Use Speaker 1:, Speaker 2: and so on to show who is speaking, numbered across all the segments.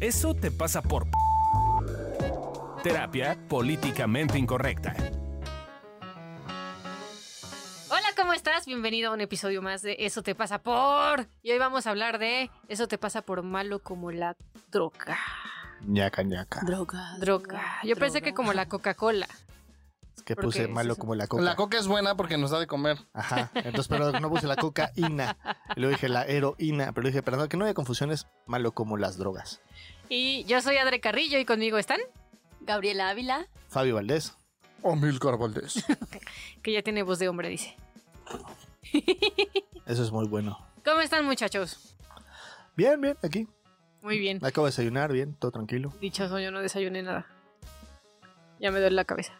Speaker 1: Eso te pasa por... p- Terapia políticamente incorrecta.
Speaker 2: Hola, ¿cómo estás? Bienvenido a un episodio más de Eso te pasa por. Y hoy vamos a hablar de Eso te pasa por malo como la droga.
Speaker 3: ñaca ñaca.
Speaker 4: Droga.
Speaker 2: Droga. Yo pensé que como la Coca-Cola.
Speaker 3: Es que
Speaker 2: Porque
Speaker 3: puse
Speaker 2: sí
Speaker 3: malo
Speaker 2: se-
Speaker 3: como la coca.
Speaker 5: La coca es buena porque nos da de comer.
Speaker 3: Ajá. Entonces, pero no puse la cocaína. Y luego dije la heroína. Pero dije, perdón, que no haya confusiones. Malo como las drogas.
Speaker 2: Y yo soy Adre Carrillo y conmigo están,
Speaker 4: Gabriela Ávila.
Speaker 3: Fabio Valdés.
Speaker 5: O mil Valdés.
Speaker 2: que ya tiene voz de hombre, dice.
Speaker 3: Eso es muy bueno.
Speaker 2: ¿Cómo están, muchachos?
Speaker 3: Bien, bien, aquí.
Speaker 2: Muy bien.
Speaker 3: Acabo de desayunar, bien, todo tranquilo.
Speaker 2: Dichoso, yo no desayuné nada. Ya me duele la cabeza.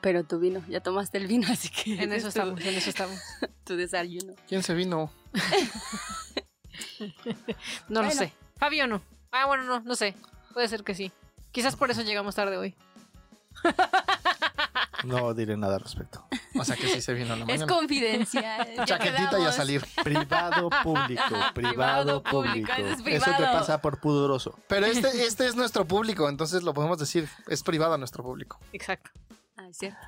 Speaker 4: Pero tu vino, ya tomaste el vino, así que.
Speaker 2: En eso
Speaker 4: tu-
Speaker 2: estamos, en eso estamos.
Speaker 4: Tu desayuno.
Speaker 5: ¿Quién se vino?
Speaker 2: No lo
Speaker 4: Bueno.
Speaker 2: sé. Fabio no. Ah, bueno, no, no sé. Puede ser que sí. Quizás por eso llegamos tarde hoy.
Speaker 3: No diré nada al respecto.
Speaker 5: O sea que sí se vino en la
Speaker 4: Es
Speaker 5: mañana.
Speaker 4: confidencial. ya
Speaker 5: Chaquetita y a
Speaker 4: quedamos.
Speaker 5: salir.
Speaker 3: Privado público, privado
Speaker 4: Privado público,
Speaker 3: público.
Speaker 4: eso es
Speaker 3: Eso te
Speaker 4: privado.
Speaker 3: pasa por pudoroso.
Speaker 5: Pero este, este es nuestro público, entonces lo podemos decir. Es privado a nuestro público.
Speaker 2: Exacto.
Speaker 4: Ah, es cierto.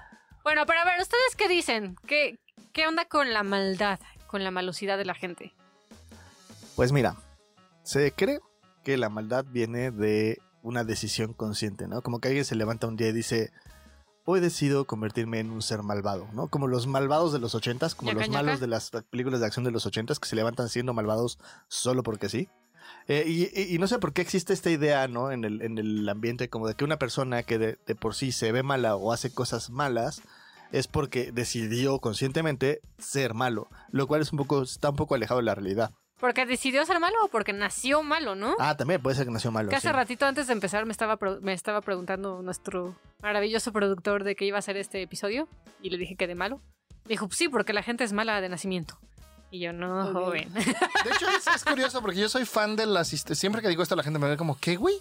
Speaker 2: Bueno, pero a ver, ¿ustedes qué dicen? ¿Qué, qué onda con la maldad? Con la malosidad de la gente.
Speaker 3: Pues mira, se cree que la maldad viene de una decisión consciente, ¿no? Como que alguien se levanta un día y dice, hoy decido convertirme en un ser malvado, ¿no? Como los malvados de los ochentas, como
Speaker 2: Ñaca,
Speaker 3: los
Speaker 2: ñaca.
Speaker 3: malos de las películas de acción de los ochentas que se levantan siendo malvados solo porque sí. Eh, y, y- y no sé por qué existe esta idea, ¿no? En el, en el ambiente como de que una persona que de, de por sí se ve mala o hace cosas malas es porque decidió conscientemente ser malo, lo cual es un poco, está un poco alejado de la realidad.
Speaker 2: ¿Porque decidió ser malo o porque nació malo, no?
Speaker 3: Ah, también puede ser que nació malo.
Speaker 2: que hace
Speaker 3: sí.
Speaker 2: ratito antes de empezar me estaba, pro- me estaba preguntando nuestro maravilloso productor de qué iba a ser este episodio y le dije que de malo. Dijo, sí, porque la gente es mala de nacimiento. Y yo, no,
Speaker 4: Ok.
Speaker 2: joven.
Speaker 5: De hecho, es, es curioso porque yo soy fan de las... hist- Siempre que digo esto la gente me ve como, ¿qué, güey?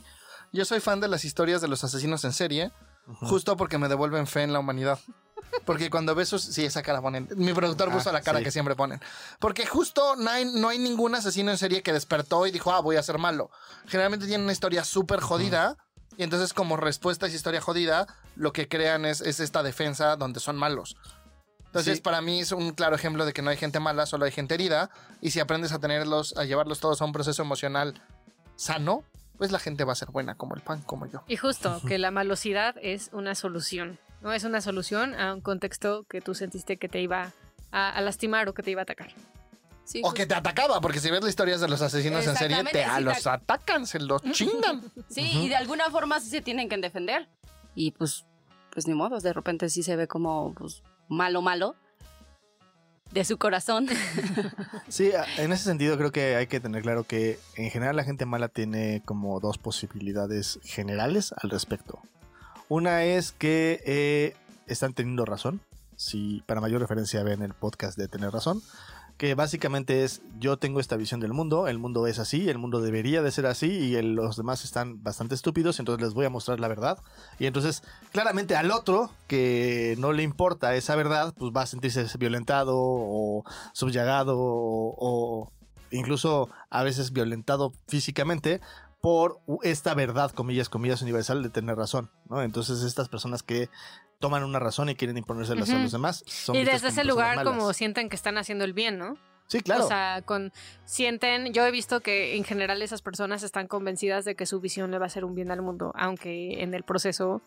Speaker 5: Yo soy fan de las historias de los asesinos en serie, justo porque me devuelven fe en la humanidad. Porque cuando ves sus... Sí, esa cara ponen. Mi productor
Speaker 3: Ah,
Speaker 5: puso la cara
Speaker 3: sí.
Speaker 5: que siempre ponen. Porque justo no hay, no hay ningún asesino en serie que despertó y dijo, ah, voy a ser malo. Generalmente tienen una historia súper jodida. Y entonces como respuesta a esa historia jodida, lo que crean es, es esta defensa donde son malos. Entonces
Speaker 3: Sí.
Speaker 5: para mí es un claro ejemplo de que no hay gente mala, solo hay gente herida. Y si aprendes a tenerlos, a llevarlos todos a un proceso emocional sano, pues la gente va a ser buena como el pan, como yo.
Speaker 2: Y justo, que la malosidad es una solución. No es una solución a un contexto que tú sentiste que te iba a, a lastimar o que te iba a atacar.
Speaker 4: Sí,
Speaker 5: O que te atacaba, porque si ves las historias de los asesinos en serie,
Speaker 4: Exactamente,
Speaker 5: te, a
Speaker 4: sí,
Speaker 5: los
Speaker 4: tal-
Speaker 5: atacan, se los chingan.
Speaker 4: justo. Sí, y de alguna forma sí se tienen que defender. Y pues, pues ni modo, de repente sí se ve como pues, malo, malo. De su corazón.
Speaker 3: Sí, a- en ese sentido creo que hay que tener claro que en general la gente mala tiene como dos posibilidades generales al respecto. Una es que eh, están teniendo razón. Si para mayor referencia ven el podcast de Tener Razón, que básicamente es yo tengo esta visión del mundo, el mundo es así, el mundo debería de ser así y el- los demás están bastante estúpidos, entonces les voy a mostrar la verdad. Y entonces claramente al otro que no le importa esa verdad, pues va a sentirse violentado o subyagado o, o incluso a veces violentado físicamente por esta verdad, comillas, comillas, universal de tener razón, ¿no? Entonces estas personas que toman una razón y quieren imponérselas a
Speaker 2: Ujú.
Speaker 3: los demás. Son
Speaker 2: Y
Speaker 3: vistas
Speaker 2: desde ese
Speaker 3: como
Speaker 2: lugar
Speaker 3: personas
Speaker 2: como
Speaker 3: malas.
Speaker 2: sienten que están haciendo el bien, ¿no?
Speaker 3: Sí, claro.
Speaker 2: O sea, con, sienten, yo he visto que en general esas personas están convencidas de que su visión le va a hacer un bien al mundo, aunque en el proceso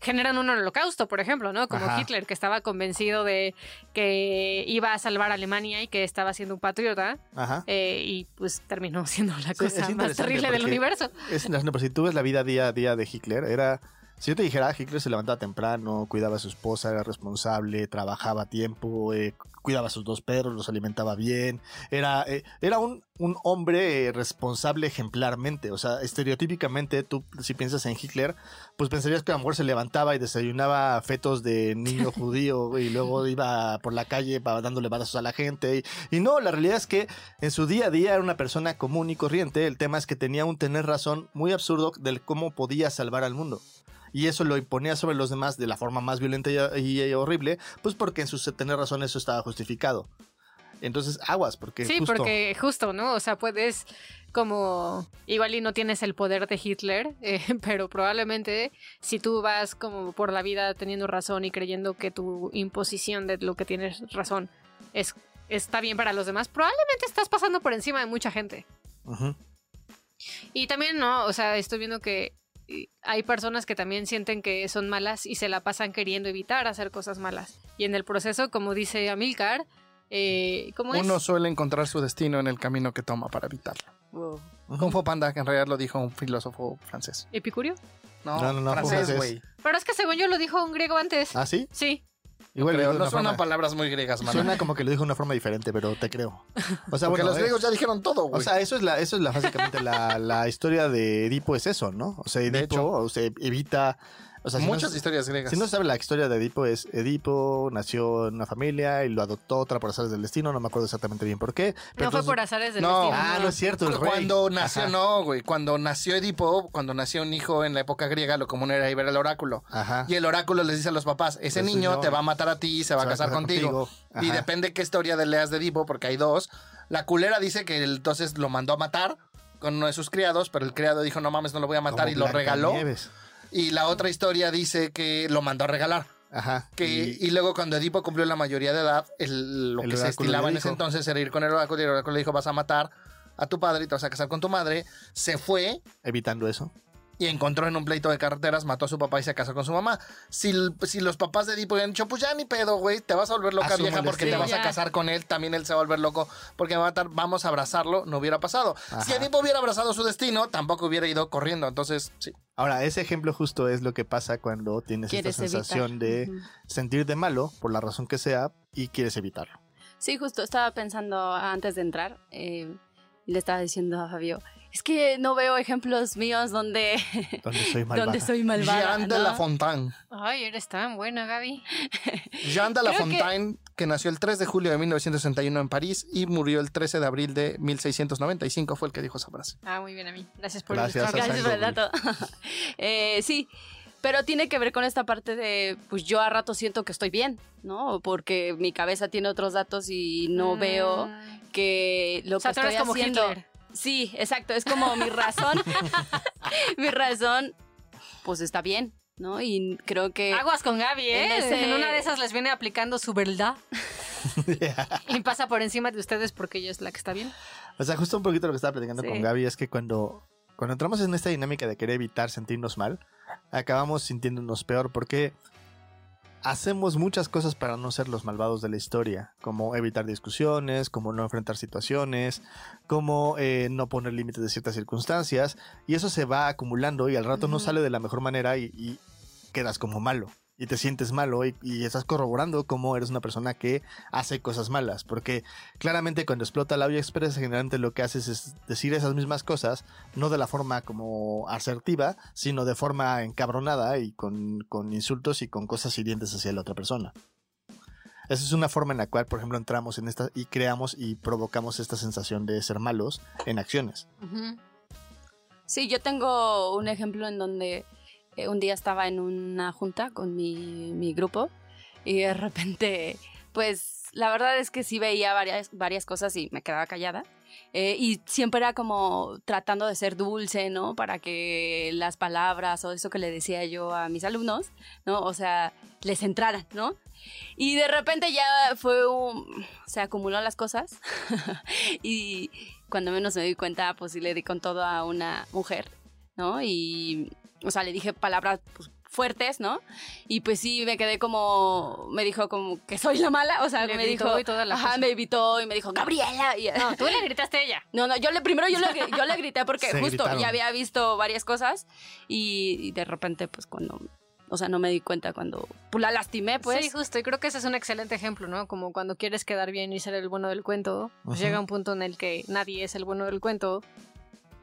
Speaker 2: generan un holocausto, por ejemplo, ¿no? Como
Speaker 3: Ajá.
Speaker 2: Hitler, que estaba convencido de que iba a salvar a Alemania y que estaba siendo un patriota,
Speaker 3: Ajá.
Speaker 2: eh, y pues terminó siendo la
Speaker 3: Sí, es
Speaker 2: cosa más
Speaker 3: interesante
Speaker 2: terrible del
Speaker 3: porque-
Speaker 2: universo.
Speaker 3: Es interesante, pero si tú ves la vida día a día de Hitler, era... Si yo te dijera, ah, Hitler se levantaba temprano, cuidaba a su esposa, era responsable, trabajaba a tiempo, eh, cuidaba a sus dos perros, los alimentaba bien, era, eh, era un, un hombre eh, responsable ejemplarmente, o sea, estereotípicamente tú si piensas en Hitler, pues pensarías que a lo mejor se levantaba y desayunaba fetos de niño judío y luego iba por la calle pa- dándole balazos a la gente y, y no, la realidad es que en su día a día era una persona común y corriente, el tema es que tenía un tener razón muy absurdo del cómo podía salvar al mundo. Y eso lo imponía sobre los demás de la forma más violenta y- y horrible, pues porque en su tener razón eso estaba justificado. Entonces, aguas, porque
Speaker 2: Sí,
Speaker 3: justo-
Speaker 2: porque justo, ¿no? O sea, puedes como igual y no tienes el poder de Hitler, eh, pero probablemente si tú vas como por la vida teniendo razón y creyendo que tu imposición de lo que tienes razón es está bien para los demás, probablemente estás pasando por encima de mucha gente.
Speaker 3: Ujú.
Speaker 2: Y también, ¿no? O sea, estoy viendo que eh, hay personas que también sienten que son malas y se la pasan queriendo evitar hacer cosas malas. Y en el proceso, como dice Amilcar, eh, ¿cómo es?
Speaker 5: Uno suele encontrar su destino en el camino que toma para evitarlo.
Speaker 4: Wow.
Speaker 5: Kung Fu Panda, que en realidad lo dijo un filósofo francés.
Speaker 2: ¿Epicurio?
Speaker 5: No,
Speaker 3: No, no, no,
Speaker 5: francés,
Speaker 3: francés.
Speaker 5: güey.
Speaker 2: Pero es que según yo lo dijo un griego antes.
Speaker 3: ¿Ah, sí?
Speaker 2: Sí.
Speaker 3: Igual lo dijo
Speaker 5: Creo,
Speaker 3: de
Speaker 5: no
Speaker 3: una
Speaker 5: suenan
Speaker 3: forma-
Speaker 5: palabras muy griegas, mano.
Speaker 3: Suena como que lo dijo de una forma diferente, pero te creo. O sea,
Speaker 5: Porque
Speaker 3: bueno,
Speaker 5: los
Speaker 3: eh,
Speaker 5: griegos ya dijeron todo,
Speaker 3: O
Speaker 5: güey.
Speaker 3: sea, eso es la, eso es la, básicamente la, la historia de Edipo es eso, ¿no? O sea, Edipo
Speaker 5: hecho.
Speaker 3: o sea, evita. O sea, si
Speaker 5: Muchas
Speaker 3: no,
Speaker 5: historias griegas.
Speaker 3: si no sabe la historia de Edipo, es Edipo nació en una familia y lo adoptó otra por azares del destino, no me acuerdo exactamente bien por
Speaker 2: No
Speaker 3: qué. pero
Speaker 2: fue
Speaker 3: entonces-
Speaker 2: por azares del
Speaker 5: No.
Speaker 2: destino.
Speaker 3: Ah, no es cierto, el rey.
Speaker 5: Cuando nació,
Speaker 3: Ajá.
Speaker 5: no, güey. Cuando nació Edipo, cuando nació un hijo en la época griega, lo común era ir a ver al oráculo.
Speaker 3: Ajá.
Speaker 5: Y el oráculo les dice a los papás, ese
Speaker 3: Ese
Speaker 5: niño
Speaker 3: niño-
Speaker 5: te va a matar a ti y se va a casar contigo. Y
Speaker 3: Ajá.
Speaker 5: depende qué historia de leas de Edipo, porque hay dos. La culera dice que él, entonces lo mandó a matar con uno de sus criados, pero el criado dijo, no mames, no lo voy a matar
Speaker 3: Como
Speaker 5: y lo regaló.
Speaker 3: Blancanieves.
Speaker 5: Y la otra historia dice que lo mandó a regalar.
Speaker 3: Ajá.
Speaker 5: Que, y, luego cuando Edipo cumplió la mayoría de edad, el- lo
Speaker 3: El
Speaker 5: que se
Speaker 3: oráculo
Speaker 5: estilaba
Speaker 3: le
Speaker 5: en ese
Speaker 3: dijo.
Speaker 5: entonces era ir con el oráculo y el oráculo le dijo, vas a matar a tu padre y te vas a casar con tu madre. Se fue
Speaker 3: evitando eso.
Speaker 5: y encontró en un pleito de carreteras, mató a su papá y se casó con su mamá. Si, l- si los papás de Edipo hubieran dicho, pues ya ni pedo, güey, te vas a volver loca
Speaker 3: Asúmele,
Speaker 5: vieja porque
Speaker 2: sí.
Speaker 5: te vas
Speaker 2: Ya.
Speaker 5: a casar con él, también él se va a volver loco porque va a matar, vamos a abrazarlo, no hubiera pasado.
Speaker 3: Ajá.
Speaker 5: Si Edipo hubiera abrazado su destino, tampoco hubiera ido corriendo. Entonces, sí.
Speaker 3: Ahora, ese ejemplo justo es lo que pasa cuando tienes esta
Speaker 4: Quieres evitar.
Speaker 3: sensación de
Speaker 4: Ujú.
Speaker 3: sentirte malo, por la razón que sea, y quieres evitarlo.
Speaker 4: Sí, justo estaba pensando antes de entrar eh, y le estaba diciendo a Fabio, es que no veo ejemplos míos donde,
Speaker 3: Donde soy malvada.
Speaker 4: donde soy malvada.
Speaker 5: Jean de
Speaker 4: ¿no?
Speaker 5: la Fontaine.
Speaker 2: Ay, eres tan buena, Gaby.
Speaker 5: Jean de la
Speaker 4: Creo que-
Speaker 5: Fontaine, que... nació el 3 de julio de 1961 en París y murió el 13 de abril de 1695, fue el que dijo esa frase.
Speaker 2: Ah, muy bien a mí. Gracias por
Speaker 3: Gracias,
Speaker 2: ilustrarme.
Speaker 4: Gracias por el dato. Eh, sí, pero tiene que ver con esta parte de, pues yo a rato siento que estoy bien, ¿no? Porque mi cabeza tiene otros datos y no
Speaker 2: Mm.
Speaker 4: veo que lo
Speaker 2: O sea, tú
Speaker 4: que estoy
Speaker 2: eres como
Speaker 4: haciendo...
Speaker 2: Hitler.
Speaker 4: Sí, exacto. Es como mi razón. mi razón, pues está bien, ¿no? Y creo que.
Speaker 2: Aguas con Gaby, ¿eh? En,
Speaker 4: En ese-
Speaker 2: una de esas les viene aplicando su verdad y pasa por encima de ustedes porque ella es la que está bien.
Speaker 3: O sea, justo un poquito lo que estaba platicando
Speaker 4: Sí.
Speaker 3: con Gaby es que cuando, cuando entramos en esta dinámica de querer evitar sentirnos mal, acabamos sintiéndonos peor porque hacemos muchas cosas para no ser los malvados de la historia, como evitar discusiones, como no enfrentar situaciones, como eh, no poner límites de ciertas circunstancias, y eso se va acumulando y al rato no
Speaker 2: Ujú.
Speaker 3: sale de la mejor manera y, y quedas como malo. Y te sientes malo y, y estás corroborando cómo eres una persona que hace cosas malas. Porque claramente cuando explota la vía expresa, generalmente lo que haces es decir esas mismas cosas, no de la forma como asertiva, sino de forma encabronada y con, con insultos y con cosas hirientes hacia la otra persona. Esa es una forma en la cual, por ejemplo, entramos en esta y creamos y provocamos esta sensación de ser malos en acciones.
Speaker 2: Ujú.
Speaker 4: Sí, yo tengo un ejemplo en donde eh, un día estaba en una junta con mi, mi grupo y de repente, pues la verdad es que sí veía varias, varias cosas y me quedaba callada. Eh, y siempre era como tratando de ser dulce, ¿no? Para que las palabras o eso que le decía yo a mis alumnos, ¿no? O sea, les entraran, ¿no? Y de repente ya fue un... Se acumuló las cosas y cuando menos me di cuenta, pues sí le di con todo a una mujer, ¿no? Y, o sea, le dije palabras pues, fuertes, ¿no? Y pues sí, me quedé como... Me dijo como que soy la mala, o sea,
Speaker 2: Le
Speaker 4: me
Speaker 2: gritó
Speaker 4: dijo...
Speaker 2: y toda la
Speaker 4: ajá,
Speaker 2: cosa.
Speaker 4: me evitó y me dijo, Gabriela. Y,
Speaker 2: No, tú le gritaste a ella.
Speaker 4: no, no, yo le primero yo le, gri- yo le grité porque
Speaker 3: Se
Speaker 4: justo
Speaker 3: gritaron.
Speaker 4: ya había visto varias cosas y, y de repente pues cuando, o sea, no me di cuenta cuando pues, la lastimé, pues.
Speaker 2: sí, justo. Y creo que ese es un excelente ejemplo, ¿no? Como cuando quieres quedar bien y ser el bueno del cuento, pues
Speaker 3: Ajá.
Speaker 2: llega un punto en el que nadie es el bueno del cuento.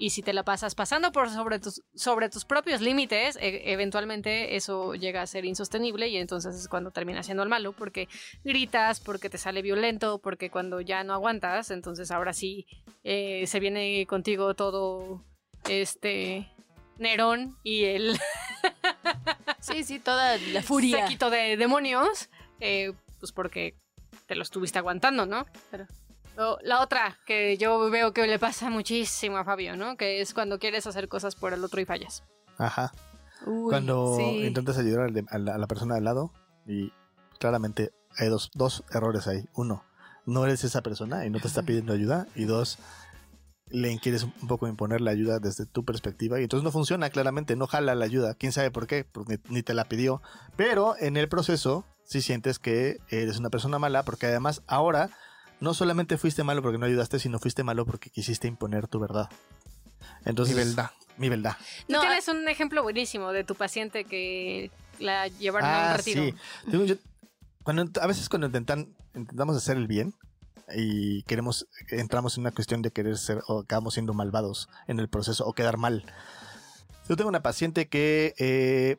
Speaker 2: Y si te la pasas pasando por sobre tus, sobre tus propios límites, e- eventualmente eso llega a ser insostenible y entonces es cuando terminas siendo el malo, porque gritas, porque te sale violento, porque cuando ya no aguantas, entonces ahora sí eh, se viene contigo todo este Nerón y el
Speaker 4: sí, sí, toda la furia.
Speaker 2: saquito de demonios, eh, pues porque te lo estuviste aguantando, ¿no? Lo- La otra que yo veo que le pasa muchísimo a Fabio, ¿no? Que es cuando quieres hacer cosas por el otro y fallas.
Speaker 3: Ajá.
Speaker 4: Uy,
Speaker 3: Cuando
Speaker 4: sí.
Speaker 3: intentas ayudar al de- a la, a la persona de al lado y claramente hay dos, dos errores ahí. Uno, no eres esa persona y no te está pidiendo ayuda. Y dos, le quieres un poco imponer la ayuda desde tu perspectiva y entonces no funciona claramente, no jala la ayuda. ¿Quién sabe por qué? Porque ni, ni te la pidió. Pero en el proceso sí sientes que eres una persona mala porque además ahora no solamente fuiste malo porque no ayudaste, sino fuiste malo porque quisiste imponer tu verdad. Entonces,
Speaker 5: Nivelda.
Speaker 3: Mi verdad.
Speaker 2: Tú
Speaker 4: No,
Speaker 2: tienes un ejemplo buenísimo de tu paciente que la llevaron a un
Speaker 3: Ah,
Speaker 2: retiro.
Speaker 3: sí. Tengo- yo- cuando, int- a veces cuando intentan, intentamos hacer el bien y queremos, entramos en una cuestión de querer ser o acabamos siendo malvados en el proceso o quedar mal. Yo tengo una paciente que eh,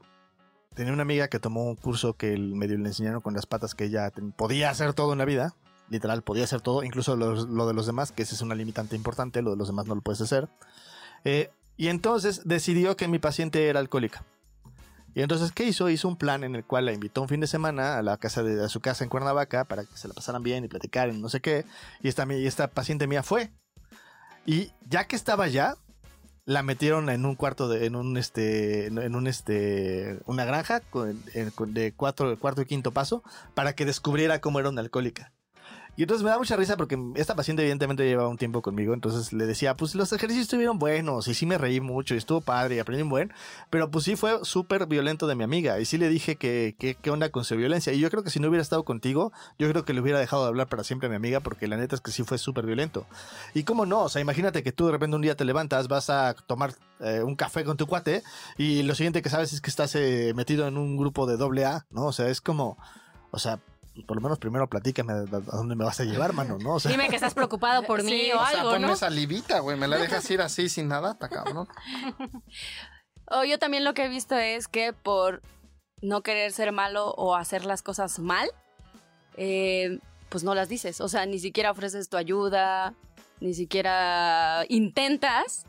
Speaker 3: tenía una amiga que tomó un curso que el medio le enseñaron con las patas que ella ten- podía hacer todo en la vida. Literal, podía hacer todo, incluso los- lo de los demás, que esa es una limitante importante, lo de los demás no lo puedes hacer. Eh, y entonces decidió que mi paciente era alcohólica. Y entonces, ¿qué hizo? Hizo un plan en el cual la invitó un fin de semana a la casa de a su casa en Cuernavaca para que se la pasaran bien y platicaran, no sé qué. Y esta, mi- y esta paciente mía fue. Y ya que estaba allá, la metieron en un cuarto de, en un este, en- en un este, una granja con- en- con- de cuatro, cuarto y quinto paso para que descubriera cómo era una alcohólica. Y entonces me da mucha risa porque esta paciente evidentemente llevaba un tiempo conmigo, entonces le decía, pues los ejercicios estuvieron buenos y sí me reí mucho y estuvo padre y aprendí un buen, pero pues sí fue súper violento de mi amiga. Y sí le dije que, que- qué onda con su violencia. Y yo creo que si no hubiera estado contigo, yo creo que le hubiera dejado de hablar para siempre a mi amiga, porque la neta es que sí fue súper violento. Y cómo no, o sea, imagínate que tú de repente un día te levantas, vas a tomar eh, un café con tu cuate, y lo siguiente que sabes es que estás eh, metido en un grupo de doble A, ¿no? O sea, es como, o sea, por lo menos primero platícame a a dónde me vas a llevar, mano, ¿no? O sea,
Speaker 2: Dime que estás preocupado por
Speaker 4: Sí,
Speaker 2: mí o,
Speaker 4: o
Speaker 5: O sea,
Speaker 2: algo,
Speaker 5: ponme
Speaker 2: ¿no?
Speaker 5: salivita, güey. Me la dejas ir así sin nada, ta cabrón.
Speaker 4: o Oh, yo también lo que he visto es que por no querer ser malo o hacer las cosas mal, eh, pues no las dices. O sea, ni siquiera ofreces tu ayuda, ni siquiera intentas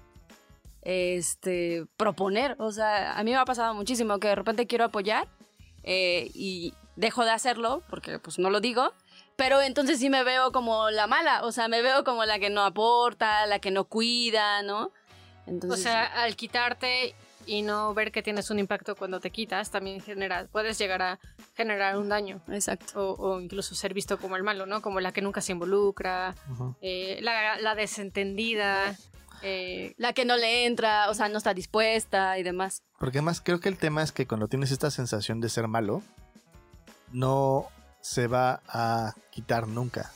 Speaker 4: este, proponer. O sea, a mí me ha pasado muchísimo que de repente quiero apoyar eh, y dejo de hacerlo porque pues no lo digo. Pero entonces sí me veo como la mala, o sea, me veo como la que no aporta, la que no cuida, ¿no?
Speaker 2: O
Speaker 4: Entonces,
Speaker 2: sea, al quitarte y no ver que tienes un impacto cuando te quitas, también genera, puedes llegar a generar un daño.
Speaker 4: exacto.
Speaker 2: O, o incluso ser visto como el malo, ¿no? Como la que nunca se involucra,
Speaker 3: ujú.
Speaker 2: eh, la, la desentendida. eh,
Speaker 4: la que no le entra, o sea, no está dispuesta y demás.
Speaker 3: Porque además creo que el tema es que cuando tienes esta sensación de ser malo, no se va a quitar nunca.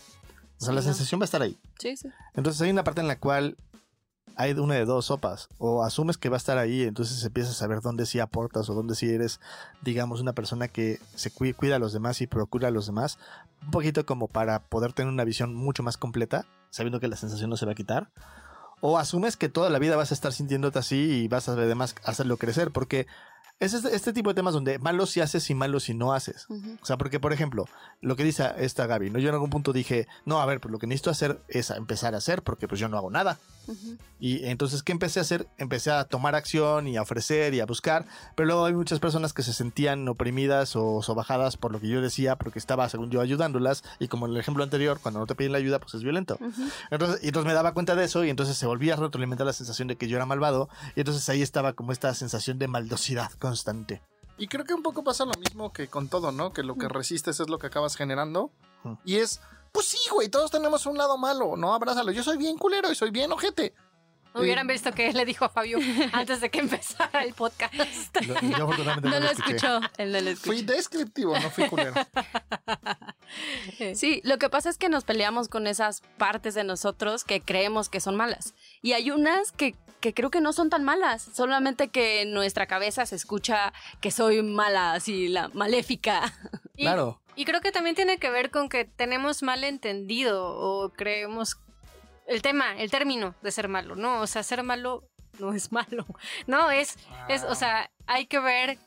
Speaker 3: O sea, la
Speaker 4: No.
Speaker 3: sensación va a estar ahí.
Speaker 4: Sí, sí.
Speaker 3: Entonces hay una parte en la cual hay una de dos sopas. O asumes que va a estar ahí, entonces empiezas a ver dónde sí aportas o dónde sí eres, digamos, una persona que se cui- cuida a los demás y procura a los demás. Un poquito como para poder tener una visión mucho más completa, sabiendo que la sensación no se va a quitar. O asumes que toda la vida vas a estar sintiéndote así y vas a además hacerlo crecer. Porque es este, este tipo de temas donde malos si haces y malos si no haces. O sea, porque, por ejemplo, lo que dice esta Gaby, ¿no? Yo en algún punto dije, no, a ver, pues lo que necesito hacer es a empezar a hacer, porque pues yo no hago nada. Y entonces, ¿qué empecé a hacer? Empecé a tomar acción y a ofrecer y a buscar, pero luego hay muchas personas que se sentían oprimidas o sobajadas por lo que yo decía, porque estaba, según yo, ayudándolas, y como en el ejemplo anterior, cuando no te piden la ayuda, pues es violento. Entonces, y entonces me daba cuenta de eso y entonces se volvía a retroalimentar la sensación de que yo era malvado, y entonces ahí estaba como esta sensación de maldosidad constante.
Speaker 5: Y creo que un poco pasa lo mismo que con todo, ¿no? Que lo que resistes es lo que acabas generando.
Speaker 3: Ujú.
Speaker 5: Y es, pues sí, güey, todos tenemos un lado malo, ¿no? Abrázalo. Yo soy bien culero y soy bien ojete.
Speaker 2: hubieran visto que le dijo a Fabio antes de que empezara el podcast.
Speaker 3: Lo- yo afortunadamente
Speaker 4: No lo
Speaker 3: no lo escuché.
Speaker 4: escuchó, él no lo
Speaker 5: Fui
Speaker 4: escuchó.
Speaker 5: descriptivo, no fui culero.
Speaker 4: Sí, lo que pasa es que nos peleamos con esas partes de nosotros que creemos que son malas. Y hay unas que, que creo que no son tan malas, solamente que en nuestra cabeza se escucha que soy mala, así, la maléfica.
Speaker 2: Y-
Speaker 3: Claro.
Speaker 2: Y creo que también tiene que ver con que tenemos mal entendido o creemos el tema, el término de ser malo, ¿no? O sea, ser malo no es malo, ¿no? Es, es o sea, hay que ver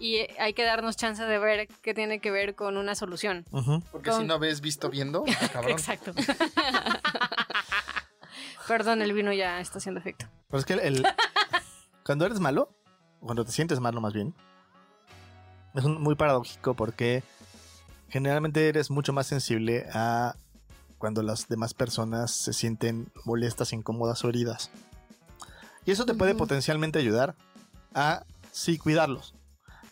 Speaker 2: y hay que darnos chance de ver qué tiene que ver con una solución.
Speaker 3: Ujú.
Speaker 5: Porque si
Speaker 2: Con-
Speaker 5: no ves visto viendo, ah, cabrón.
Speaker 2: Exacto. Perdón, el vino ya está haciendo efecto.
Speaker 3: Pero Pues es que el, el- cuando eres malo, o cuando te sientes malo más bien, es un- muy paradójico porque generalmente eres mucho más sensible a cuando las demás personas se sienten molestas, incómodas o heridas. Y eso te puede
Speaker 4: Ujú.
Speaker 3: potencialmente ayudar a sí cuidarlos.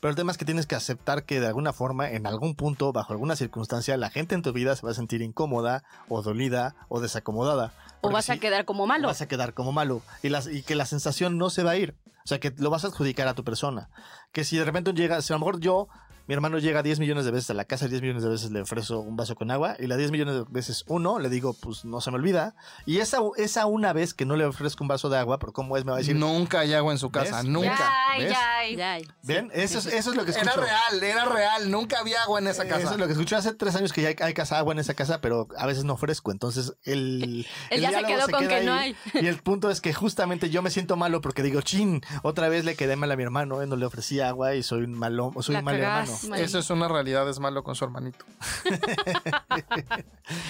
Speaker 3: Pero el tema es que tienes que aceptar que de alguna forma, en algún punto, bajo alguna circunstancia, la gente en tu vida se va a sentir incómoda o dolida o desacomodada.
Speaker 4: O
Speaker 3: Porque
Speaker 4: vas a
Speaker 3: sí,
Speaker 4: quedar como malo.
Speaker 3: Vas a quedar como malo. Y, las, y que la sensación no se va a ir. O sea, que lo vas a adjudicar a tu persona. Que si de repente llega, si a lo mejor yo, mi hermano llega 10 millones de veces a la casa, 10 millones de veces le ofrezco un vaso con agua, y las 10 millones de veces uno, le digo, pues no se me olvida. Y esa, esa una vez que no le ofrezco un vaso de agua, por cómo es, me va a decir,
Speaker 5: nunca hay agua en su casa,
Speaker 3: ¿Ves?
Speaker 5: nunca.
Speaker 2: Ya,
Speaker 3: ¿ves?
Speaker 2: ya, ya.
Speaker 4: Ya,
Speaker 3: ¿ven? Eso, es, eso es lo que escucho.
Speaker 5: Era real, era real, nunca había agua en esa casa.
Speaker 3: Eh, Eso es lo que escuché hace tres años que ya hay, hay casa agua en esa casa, pero a veces no ofrezco. Entonces el, el
Speaker 4: Él ya se
Speaker 3: diálogo
Speaker 4: quedó con que no
Speaker 3: ahí. Y el punto es que justamente yo me siento malo porque digo, chin, otra vez le quedé mal a mi hermano, eh, no le ofrecí agua y soy un malo, soy
Speaker 2: La
Speaker 3: un mal
Speaker 2: cagás,
Speaker 3: hermano.
Speaker 4: Mal.
Speaker 5: Eso es una realidad, es malo con su hermanito.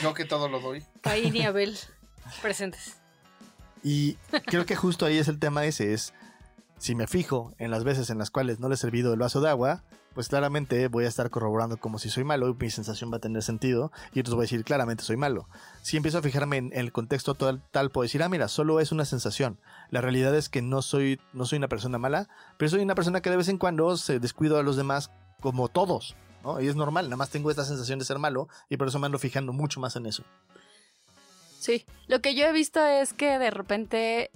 Speaker 5: Yo que todo lo doy.
Speaker 2: Caín y Abel presentes.
Speaker 3: Y creo que justo ahí es el tema ese, es si me fijo en las veces en las cuales no le he servido el vaso de agua, pues claramente voy a estar corroborando como si soy malo y mi sensación va a tener sentido y entonces voy a decir claramente soy malo. Si empiezo a fijarme en el contexto tal, tal puedo decir, ah, mira, solo es una sensación. La realidad es que no soy, no soy una persona mala, pero soy una persona que de vez en cuando se descuido a los demás como todos. ¿no? Y es normal, nada más tengo esta sensación de ser malo y por eso me ando fijando mucho más en eso.
Speaker 4: Sí, lo que yo he visto es que de repente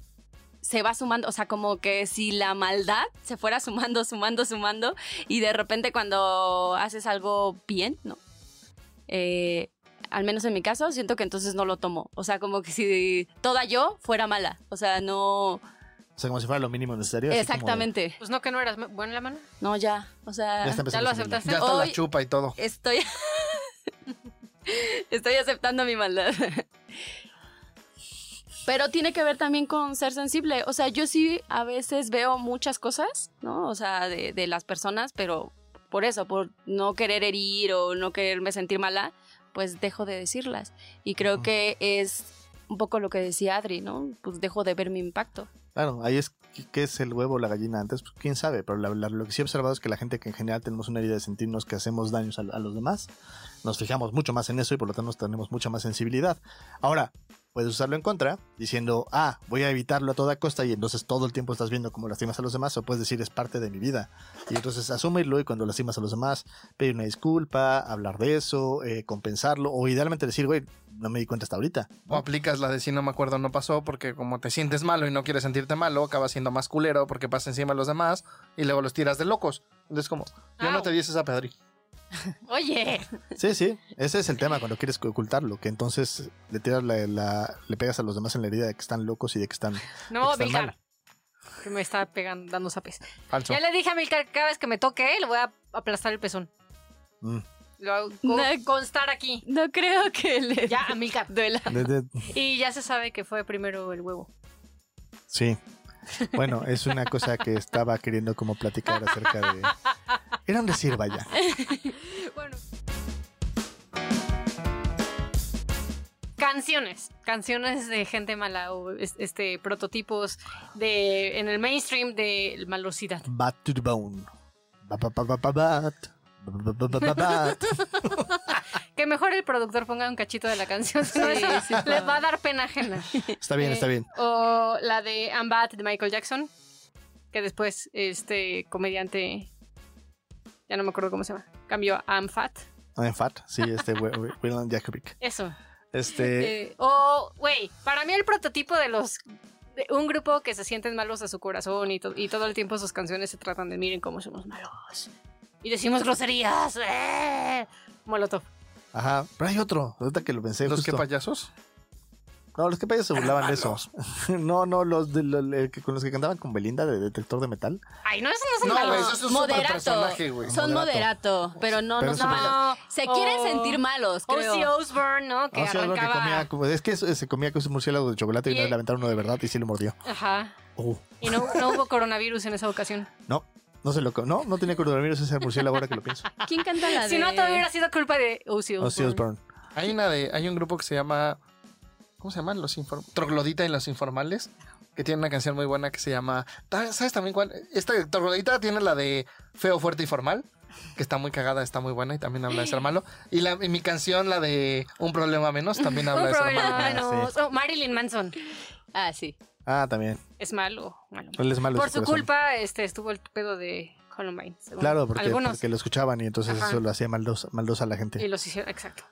Speaker 4: se va sumando, o sea, como que si la maldad se fuera sumando, sumando, sumando, y de repente cuando haces algo bien, ¿no? Eh, al menos en mi caso, siento que entonces no lo tomo. O sea, como que si toda yo fuera mala. O sea, no...
Speaker 3: O sea, como si fuera lo mínimo necesario. así como de-
Speaker 4: Exactamente.
Speaker 2: Pues no, que no eras ma- buena la mano.
Speaker 4: No, ya. O sea...
Speaker 3: Ya está
Speaker 2: Ya
Speaker 3: empezando
Speaker 2: lo
Speaker 3: a servirle.
Speaker 2: aceptaste.
Speaker 5: Ya está la
Speaker 4: Hoy-
Speaker 5: chupa y todo.
Speaker 4: Estoy. Estoy aceptando mi maldad. Pero tiene que ver también con ser sensible. O sea, yo sí a veces veo muchas cosas, ¿no? O sea, de, de las personas, pero por eso, por no querer herir o no quererme sentir mala, pues dejo de decirlas. Y creo
Speaker 3: Ujú.
Speaker 4: que es un poco lo que decía Adri, ¿no? Pues dejo de ver mi impacto.
Speaker 3: Claro, ahí es qué es el huevo o la gallina antes, pues quién sabe, pero la- la- lo que sí he observado es que la gente que en general tenemos una herida de sentirnos que hacemos daños a, a los demás, nos fijamos mucho más en eso y por lo tanto tenemos mucha más sensibilidad. Ahora, puedes usarlo en contra, diciendo, ah, voy a evitarlo a toda costa y entonces todo el tiempo estás viendo cómo lastimas a los demás, o puedes decir, es parte de mi vida. Y entonces asumirlo y cuando lastimas a los demás, pedir una disculpa, hablar de eso, eh, compensarlo, o idealmente decir, güey, no me di cuenta hasta ahorita.
Speaker 5: O aplicas la de si no me acuerdo, no pasó, porque como te sientes malo y no quieres sentirte malo, acabas siendo más culero porque pasa encima de los demás y luego los tiras de locos. Entonces, como, yo no
Speaker 2: Au.
Speaker 5: te di esa Pedri.
Speaker 2: Oye,
Speaker 3: Sí, sí, ese es el tema cuando quieres ocultarlo, que entonces le tiras la, la- le pegas a los demás en la herida de que están locos y de que están.
Speaker 2: no,
Speaker 3: Está
Speaker 2: Milcar.
Speaker 3: mal.
Speaker 2: Que me está pegando, dando zapes.
Speaker 5: Falso.
Speaker 2: Ya le dije a Milcar que cada vez que me toque, le voy a aplastar el pezón.
Speaker 3: mm,
Speaker 2: Lo hago
Speaker 4: No.
Speaker 2: constar aquí.
Speaker 4: No creo que le
Speaker 2: Ya, a Milcar.
Speaker 4: duela.
Speaker 3: de- de-
Speaker 2: Y ya se sabe que fue primero el huevo.
Speaker 3: sí. Bueno, es una cosa que estaba queriendo como platicar acerca de. Era un decir, vaya.
Speaker 2: Bueno. Canciones, canciones de gente mala o es- este prototipos de en el mainstream de malosidad.
Speaker 3: Bat to the bone. Ba, ba, ba, ba, ba, bat. Ba, ba, ba, ba, ba, bat.
Speaker 2: Que mejor el productor ponga un cachito de la canción, si no
Speaker 4: Sí,
Speaker 2: eso
Speaker 4: sí,
Speaker 2: les
Speaker 4: claro.
Speaker 2: va a dar pena ajena.
Speaker 3: Está bien, está bien.
Speaker 2: O la de I'm Bad de Michael Jackson, que después este comediante ya no me acuerdo cómo se llama, cambió a I'm Fat.
Speaker 3: En fat, sí, este Wi- Wi- William Jacobic.
Speaker 2: Eso.
Speaker 3: Este.
Speaker 2: Eh, o, güey, para mí el prototipo de los. de un grupo que se sienten malos a su corazón y, to- y todo el tiempo sus canciones se tratan de miren cómo somos malos. Y decimos groserías. ¡eh! Molotov.
Speaker 3: Ajá. Pero hay otro, ahorita que lo pensé.
Speaker 5: ¿Los que
Speaker 3: justo.
Speaker 5: payasos?
Speaker 3: No, los que payasos se burlaban de eso. No, no, los de- lo- el que- con los que cantaban con Belinda de detector de metal.
Speaker 2: Ay, no, eso no son
Speaker 5: No,
Speaker 2: malos.
Speaker 5: güey, eso es un
Speaker 4: Moderato.
Speaker 5: superpersonaje, güey.
Speaker 4: Son
Speaker 3: Moderato.
Speaker 4: moderato, pero no,
Speaker 3: Pero
Speaker 4: no
Speaker 3: son
Speaker 4: son
Speaker 3: moderato.
Speaker 4: malos. Se quieren
Speaker 2: O-
Speaker 4: sentir malos, creo.
Speaker 2: Ozzy Osbourne, ¿no? Que
Speaker 3: Ah, sí, algo que
Speaker 2: arrancaba.
Speaker 3: comía como- es que se comía con su murciélago de chocolate y, una
Speaker 2: Y-
Speaker 3: vez le aventaron uno de verdad y sí lo mordió.
Speaker 2: Ajá.
Speaker 3: Uh,
Speaker 2: Y no, no hubo coronavirus en esa ocasión.
Speaker 3: no, no se lo co- No, no tenía coronavirus ese murciélago ahora que lo pienso.
Speaker 4: oh,
Speaker 3: Oh,
Speaker 4: ¿Quién canta la Ah, de...?
Speaker 2: Si no, todo hubiera sido culpa de Ozzy Osbourne.
Speaker 3: Ozzy Osbourne.
Speaker 5: Hay una de, hay un grupo que se llama, ¿cómo se llama? Los informales. Troglodita y los informales, que tiene una canción muy buena que se llama, ¿sabes también cuál? Esta de Troglodita tiene la de Feo, Fuerte y Formal. que está muy cagada, está muy buena y también habla de ser malo. Y, la, y mi canción, la de Un problema menos, también habla
Speaker 2: Un
Speaker 5: de ser malo.
Speaker 2: problema
Speaker 3: sí.
Speaker 2: menos. Oh, Marilyn Manson.
Speaker 4: Ah, sí.
Speaker 3: Ah, también.
Speaker 2: Es malo. malo.
Speaker 3: Él es malo de
Speaker 2: Por su
Speaker 3: corazón.
Speaker 2: culpa este, estuvo el pedo de Columbine. según
Speaker 3: Claro, porque,
Speaker 2: Algunos.
Speaker 3: porque lo escuchaban y entonces
Speaker 2: Ajá.
Speaker 3: eso lo hacía maldosa, maldosa a la
Speaker 2: Y
Speaker 3: gente.
Speaker 2: los hicieron, exacto.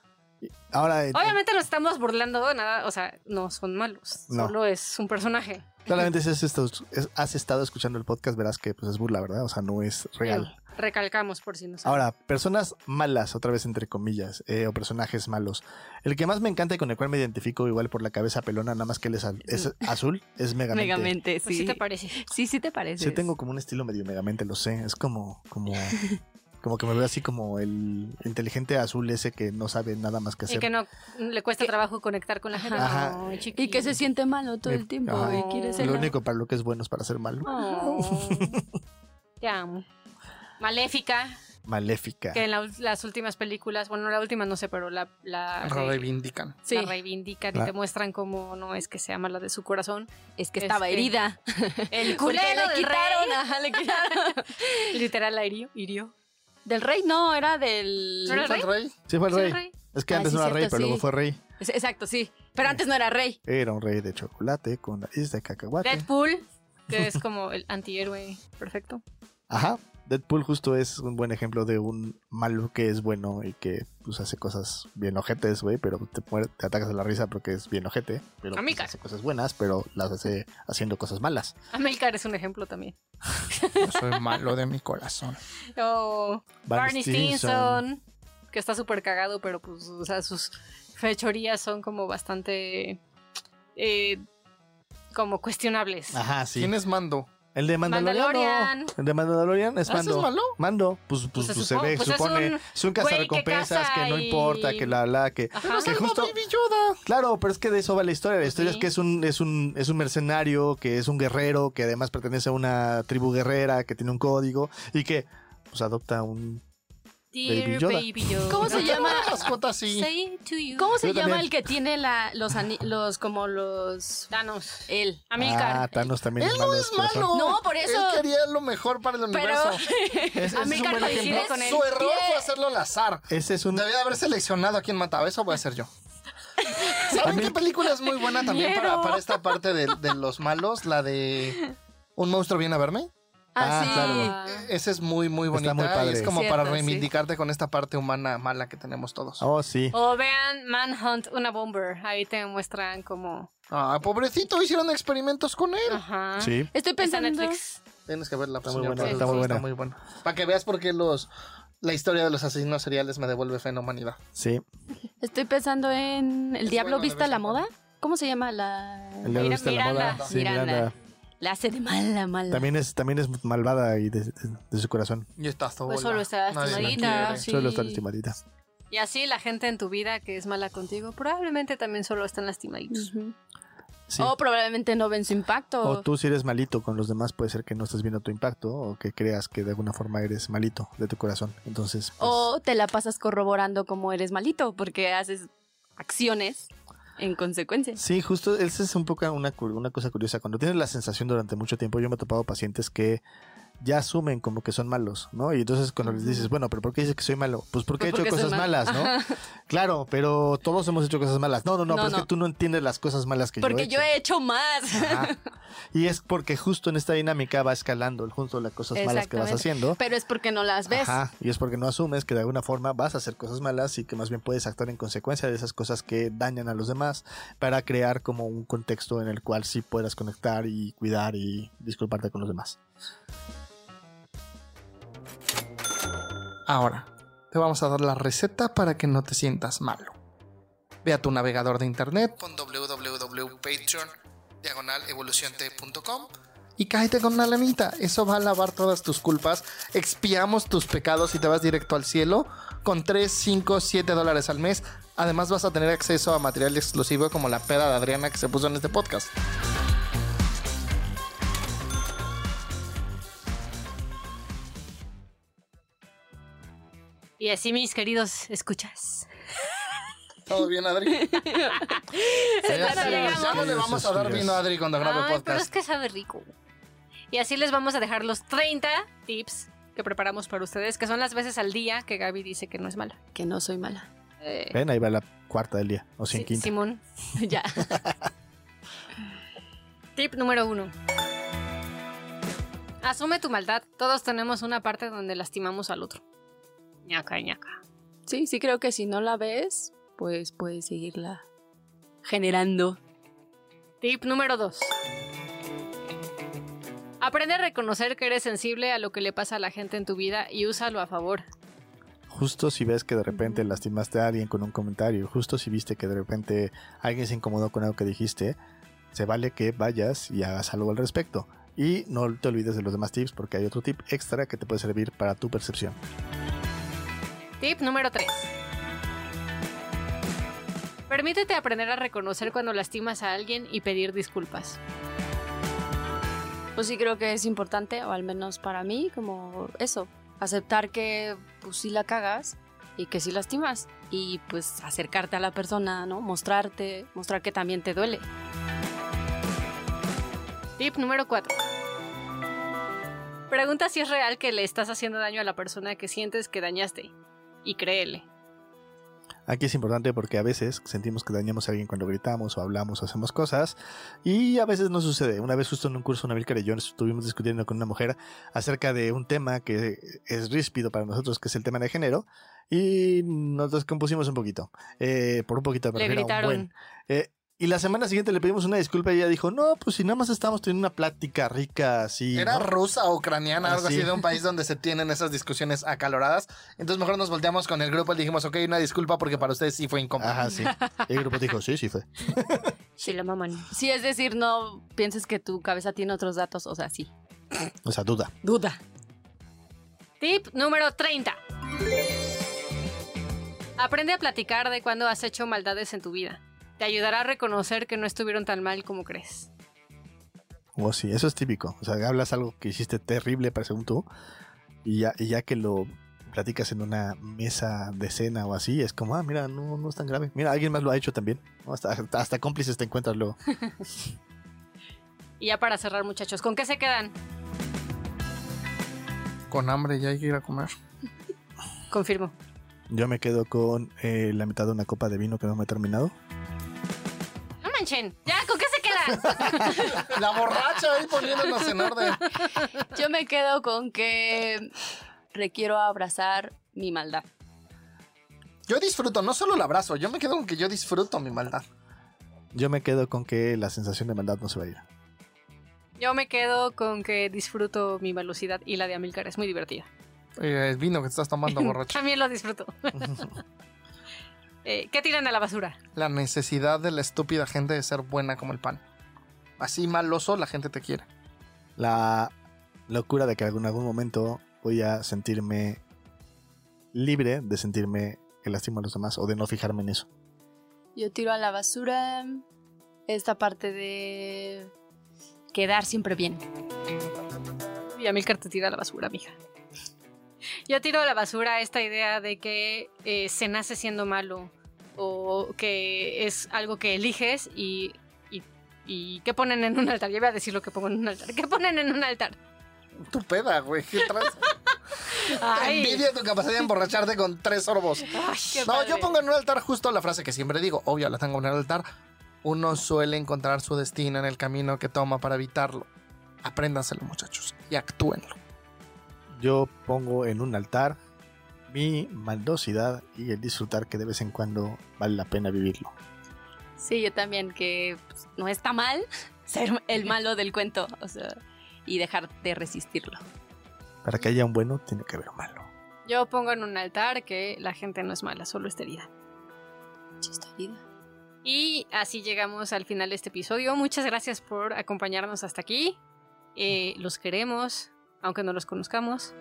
Speaker 3: Ahora, eh,
Speaker 2: Obviamente nos estamos burlando, nada, o sea, no son malos.
Speaker 3: No.
Speaker 2: Solo es un personaje.
Speaker 3: claramente si has estado, es- has estado escuchando el podcast, verás que pues, es burla, ¿verdad? O sea, no es real.
Speaker 2: Pero Recalcamos por si no saben.
Speaker 3: Ahora, personas malas, otra vez entre comillas, eh, o personajes malos. El que más me encanta y con el cual me identifico igual por la cabeza pelona, nada más que él es, al- es azul, es Megamente. Ah,
Speaker 4: Megamente,
Speaker 2: Pues,
Speaker 4: sí.
Speaker 2: ¿sí te parece?
Speaker 4: Sí, sí te parece.
Speaker 3: Sí, tengo como un estilo medio Megamente, lo sé. Es como, como, como que me veo así como el inteligente azul ese que no sabe nada más
Speaker 2: Y
Speaker 3: que hacer.
Speaker 2: que no le cuesta trabajo conectar con la gente.
Speaker 3: Ajá.
Speaker 2: Ay, chiquillo.
Speaker 4: Y que se siente malo todo
Speaker 3: Me-
Speaker 4: el tiempo
Speaker 3: Ajá.
Speaker 4: y quiere ser...
Speaker 3: Lo único para lo que es bueno es para ser malo.
Speaker 2: Oh. Te amo. Maléfica,
Speaker 3: Maléfica.
Speaker 2: que en la ul- las últimas películas, bueno, la última no sé, pero la, la,
Speaker 5: Lo reivindican.
Speaker 2: sí. la
Speaker 4: Sí.
Speaker 2: reivindican
Speaker 3: La-
Speaker 2: y te muestran cómo no es que sea mala de su corazón.
Speaker 4: Es que estaba
Speaker 2: Este,
Speaker 4: herida.
Speaker 2: El
Speaker 4: Porque
Speaker 2: culero del
Speaker 4: le quitaron,
Speaker 2: rey.
Speaker 4: ajá, le quitaron.
Speaker 2: Literal la hirió. hirió.
Speaker 4: Del rey no, era del...
Speaker 2: ¿No era el
Speaker 5: ¿Fue el rey?
Speaker 3: Sí, fue el
Speaker 2: ¿Sí,
Speaker 3: rey.
Speaker 2: el rey?
Speaker 3: Es que
Speaker 4: Ah,
Speaker 3: antes
Speaker 4: sí,
Speaker 3: no era
Speaker 4: cierto,
Speaker 3: rey, pero luego
Speaker 4: sí.
Speaker 3: fue rey.
Speaker 4: Es- Exacto, sí. Pero antes no era rey.
Speaker 3: Era un rey de chocolate con nariz de cacahuate.
Speaker 2: Deadpool, que es como el antihéroe perfecto.
Speaker 3: Ajá. Deadpool justo es un buen ejemplo de un malo que es bueno y que pues hace cosas bien ojetes, güey, pero te, muer- te atacas a la risa porque es bien ojete, pero pues,
Speaker 2: Amiga.
Speaker 3: hace cosas buenas, pero las hace haciendo cosas malas.
Speaker 2: Amilcar es un ejemplo también.
Speaker 5: Yo soy malo de mi corazón.
Speaker 2: O Barney
Speaker 3: Barney
Speaker 2: Stinson, que está súper cagado, pero pues, o sea, sus fechorías son como bastante. eh, como cuestionables.
Speaker 3: Ajá, sí.
Speaker 5: ¿Quién es mando?
Speaker 3: El de Mandaloriano.
Speaker 2: Mandalorian.
Speaker 3: El de Mandalorian es
Speaker 5: ¿Ah, ese
Speaker 3: Mando.
Speaker 5: es malo?
Speaker 3: Mando, pues,
Speaker 2: Pues
Speaker 3: pues,
Speaker 2: se
Speaker 3: pues, se
Speaker 2: supo-
Speaker 3: ve,
Speaker 2: pues es
Speaker 3: supone. Es
Speaker 2: un
Speaker 3: un, cazarrecompensas
Speaker 2: güey que
Speaker 3: que,
Speaker 2: caza
Speaker 3: no
Speaker 2: y-
Speaker 3: importa, que la la, que.
Speaker 2: Ajá.
Speaker 3: Que
Speaker 5: Salva
Speaker 3: justo-
Speaker 5: Baby Yoda.
Speaker 3: Claro, pero es que de eso va la historia. La historia
Speaker 2: Sí.
Speaker 3: es que es un, es un, es un mercenario, que es un guerrero, que además pertenece a una tribu guerrera, que tiene un código y que pues adopta un Baby
Speaker 2: Dear
Speaker 3: Yoda.
Speaker 2: Baby Yoda.
Speaker 4: ¿Cómo se
Speaker 5: ¿No
Speaker 4: llama?
Speaker 5: tengo una mascota así?
Speaker 2: Say to you.
Speaker 4: ¿Cómo se
Speaker 3: Yo
Speaker 4: llama
Speaker 3: también.
Speaker 4: el que tiene la, los, ani- los como los...
Speaker 2: Thanos.
Speaker 4: Él.
Speaker 3: Ah,
Speaker 2: Amilcar.
Speaker 3: Thanos también
Speaker 5: Él
Speaker 3: es malo.
Speaker 5: no
Speaker 3: de
Speaker 5: es
Speaker 3: su corazón.
Speaker 5: malo.
Speaker 4: No, por eso-
Speaker 5: Él quería lo mejor para el universo. Ese- ese es un
Speaker 2: Amilcar
Speaker 5: buen
Speaker 2: coincide
Speaker 5: ejemplo.
Speaker 2: con él.
Speaker 5: Su error fue
Speaker 4: Bien.
Speaker 5: hacerlo al azar.
Speaker 3: Ese es un
Speaker 5: Debía haber seleccionado a quién mataba. Eso voy a hacer yo. ¿Saben qué película es muy buena también para,
Speaker 2: Miedo.
Speaker 5: para esta parte de, de los malos? La de Un monstruo viene a verme.
Speaker 3: Ah,
Speaker 4: Ah, sí.
Speaker 3: claro.
Speaker 2: Ah.
Speaker 5: Esa es muy, muy bonita.
Speaker 3: Está muy
Speaker 5: y es
Speaker 3: padre.
Speaker 5: como
Speaker 4: Cierto,
Speaker 5: para
Speaker 4: sí.
Speaker 5: reivindicarte con esta parte humana mala que tenemos todos.
Speaker 3: Oh, sí.
Speaker 2: O vean Manhunt, una bomber. Ahí te muestran como.
Speaker 5: Ah, pobrecito, hicieron experimentos con él.
Speaker 2: Ajá.
Speaker 3: Sí.
Speaker 4: Estoy
Speaker 2: Está en
Speaker 4: pensando...
Speaker 2: Netflix.
Speaker 5: Tienes que verla.
Speaker 3: Está
Speaker 5: señor,
Speaker 3: muy buena,
Speaker 5: porque
Speaker 3: está muy buena.
Speaker 5: Para que veas por qué los, la historia de los asesinos seriales me devuelve fe en la humanidad.
Speaker 3: Sí.
Speaker 4: Estoy pensando en El
Speaker 5: Es
Speaker 4: Diablo
Speaker 5: bueno de
Speaker 4: Vista
Speaker 5: vez
Speaker 4: la
Speaker 5: en cuando.
Speaker 4: Moda. ¿Cómo se llama la...?
Speaker 3: El de
Speaker 2: Mira-
Speaker 3: gusta la
Speaker 2: Miranda.
Speaker 3: moda. Sí,
Speaker 4: Miranda.
Speaker 3: Miranda.
Speaker 4: La hace de mala, mala.
Speaker 3: También es, también es malvada y de, de- de su corazón.
Speaker 5: Y está sola.
Speaker 2: Pues solo está
Speaker 5: Nadie la
Speaker 2: lastimadita,
Speaker 5: quiere.
Speaker 4: sí.
Speaker 3: Solo está lastimadita.
Speaker 2: Y así la gente en tu vida que es mala contigo, probablemente también solo están lastimaditos.
Speaker 4: Ujú.
Speaker 3: Sí.
Speaker 4: O probablemente no ven su impacto.
Speaker 3: O tú pues. si eres malito con los demás puede ser que no estés viendo tu impacto o que creas que de alguna forma eres malito de tu corazón. Entonces, pues,
Speaker 4: O te la pasas corroborando como eres malito porque haces acciones en consecuencia.
Speaker 3: Sí, justo, esa es un poco una, cu- una cosa curiosa. Cuando tienes la sensación durante mucho tiempo, yo me he topado pacientes que ya asumen como que son malos, ¿no? Y entonces cuando les dices, bueno, pero ¿por qué dices que soy malo? Pues porque he
Speaker 4: Pues
Speaker 3: hecho
Speaker 4: porque soy
Speaker 3: cosas
Speaker 4: malo.
Speaker 3: malas, ¿no? Claro, pero todos hemos hecho cosas malas. No, no,
Speaker 4: No,
Speaker 3: no, pero es
Speaker 4: no.
Speaker 3: que tú no entiendes las cosas malas que
Speaker 4: Porque yo
Speaker 3: yo he hecho.
Speaker 4: he hecho más.
Speaker 3: Ajá. Y es porque justo en esta dinámica va escalando el junto de las cosas malas que vas
Speaker 4: Exactamente.
Speaker 3: haciendo.
Speaker 4: Pero es porque no las ves.
Speaker 3: Ajá, y es porque no asumes que de alguna forma vas a hacer cosas malas y que más bien puedes actuar en consecuencia de esas cosas que dañan a los demás para crear como un contexto en el cual sí puedas conectar y cuidar y disculparte con los demás.
Speaker 5: Ahora, te vamos a dar la receta para que no te sientas malo. Ve a tu navegador de internet, pon www.patreon, diagonal evolucionte.com y cállate con una lanita. Eso va a lavar todas tus culpas, expiamos tus pecados y te vas directo al cielo con 3, 5, 7 dólares al mes. Además vas a tener acceso a material exclusivo como la peda de Adriana que se puso en este podcast.
Speaker 2: Y así, mis queridos, escuchas.
Speaker 5: ¿Todo bien, Adri? ya,
Speaker 2: Espera,
Speaker 5: sí,
Speaker 2: llegamos.
Speaker 5: ya no le vamos a dar
Speaker 3: Suspiros.
Speaker 5: vino a Adri cuando grabe
Speaker 2: Ay, pero es
Speaker 5: podcast.
Speaker 2: que sabe rico. Y así les vamos a dejar los 30 tips que preparamos para ustedes, que son las veces al día que Gaby dice que no es mala.
Speaker 4: que no soy mala.
Speaker 2: Eh,
Speaker 3: Ven, ahí va la cuarta del día, o cien
Speaker 2: Sí,
Speaker 3: quinta.
Speaker 2: Simón.
Speaker 4: ya.
Speaker 2: Tip número uno. Asume tu maldad. Todos tenemos una parte donde lastimamos al otro. Ñaca, ñaca.
Speaker 4: Sí, sí creo que si no la ves, pues puedes seguirla generando.
Speaker 2: Tip número dos. Aprende a reconocer que eres sensible a lo que le pasa a la gente en tu vida y úsalo a favor.
Speaker 3: Justo si ves que de repente lastimaste a alguien con un comentario, justo si viste que de repente alguien se incomodó con algo que dijiste, se vale que vayas y hagas algo al respecto. Y no te olvides de los demás tips porque hay otro tip extra que te puede servir para tu percepción.
Speaker 2: Tip número 3. Permítete aprender a reconocer cuando lastimas a alguien y pedir disculpas.
Speaker 4: Pues sí creo que es importante, o al menos para mí, como eso, aceptar que pues sí la cagas y que sí lastimas. Y pues acercarte a la persona, ¿no? Mostrarte, mostrar que también te duele.
Speaker 2: Tip número 4. Pregunta si es real que le estás haciendo daño a la persona que sientes que dañaste. Y créele.
Speaker 3: Aquí es importante porque a veces sentimos que dañamos a alguien cuando gritamos o hablamos o hacemos cosas y a veces no sucede. Una vez justo en un curso, una Vilca y yo estuvimos discutiendo con una mujer acerca de un tema que es ríspido para nosotros, que es el tema de género, y nos descompusimos un poquito. Eh, por un poquito, me
Speaker 2: Le
Speaker 3: refiero a un buen.
Speaker 2: gritaron.
Speaker 3: Eh, y la semana siguiente le pedimos una disculpa y ella dijo, no, pues si nada más estábamos teniendo una plática rica así.
Speaker 5: Era
Speaker 3: ¿no?".
Speaker 5: rusa o ucraniana,
Speaker 3: Ah,
Speaker 5: algo
Speaker 3: sí.
Speaker 5: así de un país donde se tienen esas discusiones acaloradas. Entonces mejor nos volteamos con el grupo y le dijimos, ok, una disculpa porque para ustedes sí fue incómodo.
Speaker 3: Ajá, sí. Y el grupo dijo, sí, sí fue.
Speaker 2: Si la maman.
Speaker 4: Sí, es decir, no pienses que tu cabeza tiene otros datos, o sea, sí.
Speaker 3: O sea, duda.
Speaker 4: Duda.
Speaker 2: Tip número 30. Aprende a platicar de cuando has hecho maldades en tu vida. Te ayudará a reconocer que no estuvieron tan mal como crees.
Speaker 3: Oh, sí, eso es típico. O sea, hablas algo que hiciste terrible para según tú, y ya, y ya que lo platicas en una mesa de cena o así, es como, ah, mira, no, no es tan grave. Mira, alguien más lo ha hecho también. ¿no? Hasta, hasta, hasta cómplices te encuentras luego.
Speaker 2: Y ya para cerrar, muchachos, ¿con qué se quedan?
Speaker 5: Con hambre ya hay que ir a comer.
Speaker 2: Confirmo.
Speaker 3: Yo me quedo con eh, la mitad de una copa de vino que no me he terminado.
Speaker 2: No manchen. Ya, ¿con qué se quedan?
Speaker 5: La borracha ahí poniéndonos en orden.
Speaker 4: Yo me quedo con que requiero abrazar mi maldad.
Speaker 5: Yo disfruto, no solo el abrazo, yo me quedo con que yo disfruto mi maldad.
Speaker 3: Yo me quedo con que la sensación de maldad no se va a ir.
Speaker 2: Yo me quedo con que disfruto mi velocidad y la de Amilcar es muy divertida.
Speaker 5: Eh, el vino que estás tomando, borracha.
Speaker 2: También lo disfruto. Eh, ¿Qué tiran a la basura?
Speaker 5: La necesidad de la estúpida gente de ser buena como el pan. Así maloso la gente te quiere.
Speaker 3: La locura de que en algún momento voy a sentirme libre de sentirme que lastimo a los demás o de no fijarme en eso.
Speaker 4: Yo tiro a la basura esta parte de quedar siempre bien.
Speaker 2: Y Amilcar te tira a la basura, mija. Yo tiro a la basura esta idea de que eh, se nace siendo malo o que es algo que eliges y, y, y ¿qué ponen en un altar? Ya voy a decir lo que pongo en un altar. ¿Qué ponen en un altar?
Speaker 5: Tu peda, güey. ¿Qué traes? Envidia tu capacidad de emborracharte con tres sorbos.
Speaker 2: Ay, qué
Speaker 5: No,
Speaker 2: padre.
Speaker 5: yo pongo en un altar justo la frase que siempre digo, obvio, la tengo en el altar. Uno suele encontrar su destino en el camino que toma para evitarlo. Apréndanselo, muchachos, y actúenlo.
Speaker 3: Yo pongo en un altar mi maldosidad y el disfrutar que de vez en cuando vale la pena vivirlo.
Speaker 4: Sí, yo también, que pues, no está mal ser el malo del cuento, o sea, y dejar de resistirlo.
Speaker 3: Para que haya un bueno, tiene que haber un malo.
Speaker 2: Yo pongo en un altar que la gente no es mala, solo está herida.
Speaker 4: Yo estoy herida.
Speaker 2: Y así llegamos al final de este episodio. Muchas gracias por acompañarnos hasta aquí. Eh, los queremos, aunque no los conozcamos.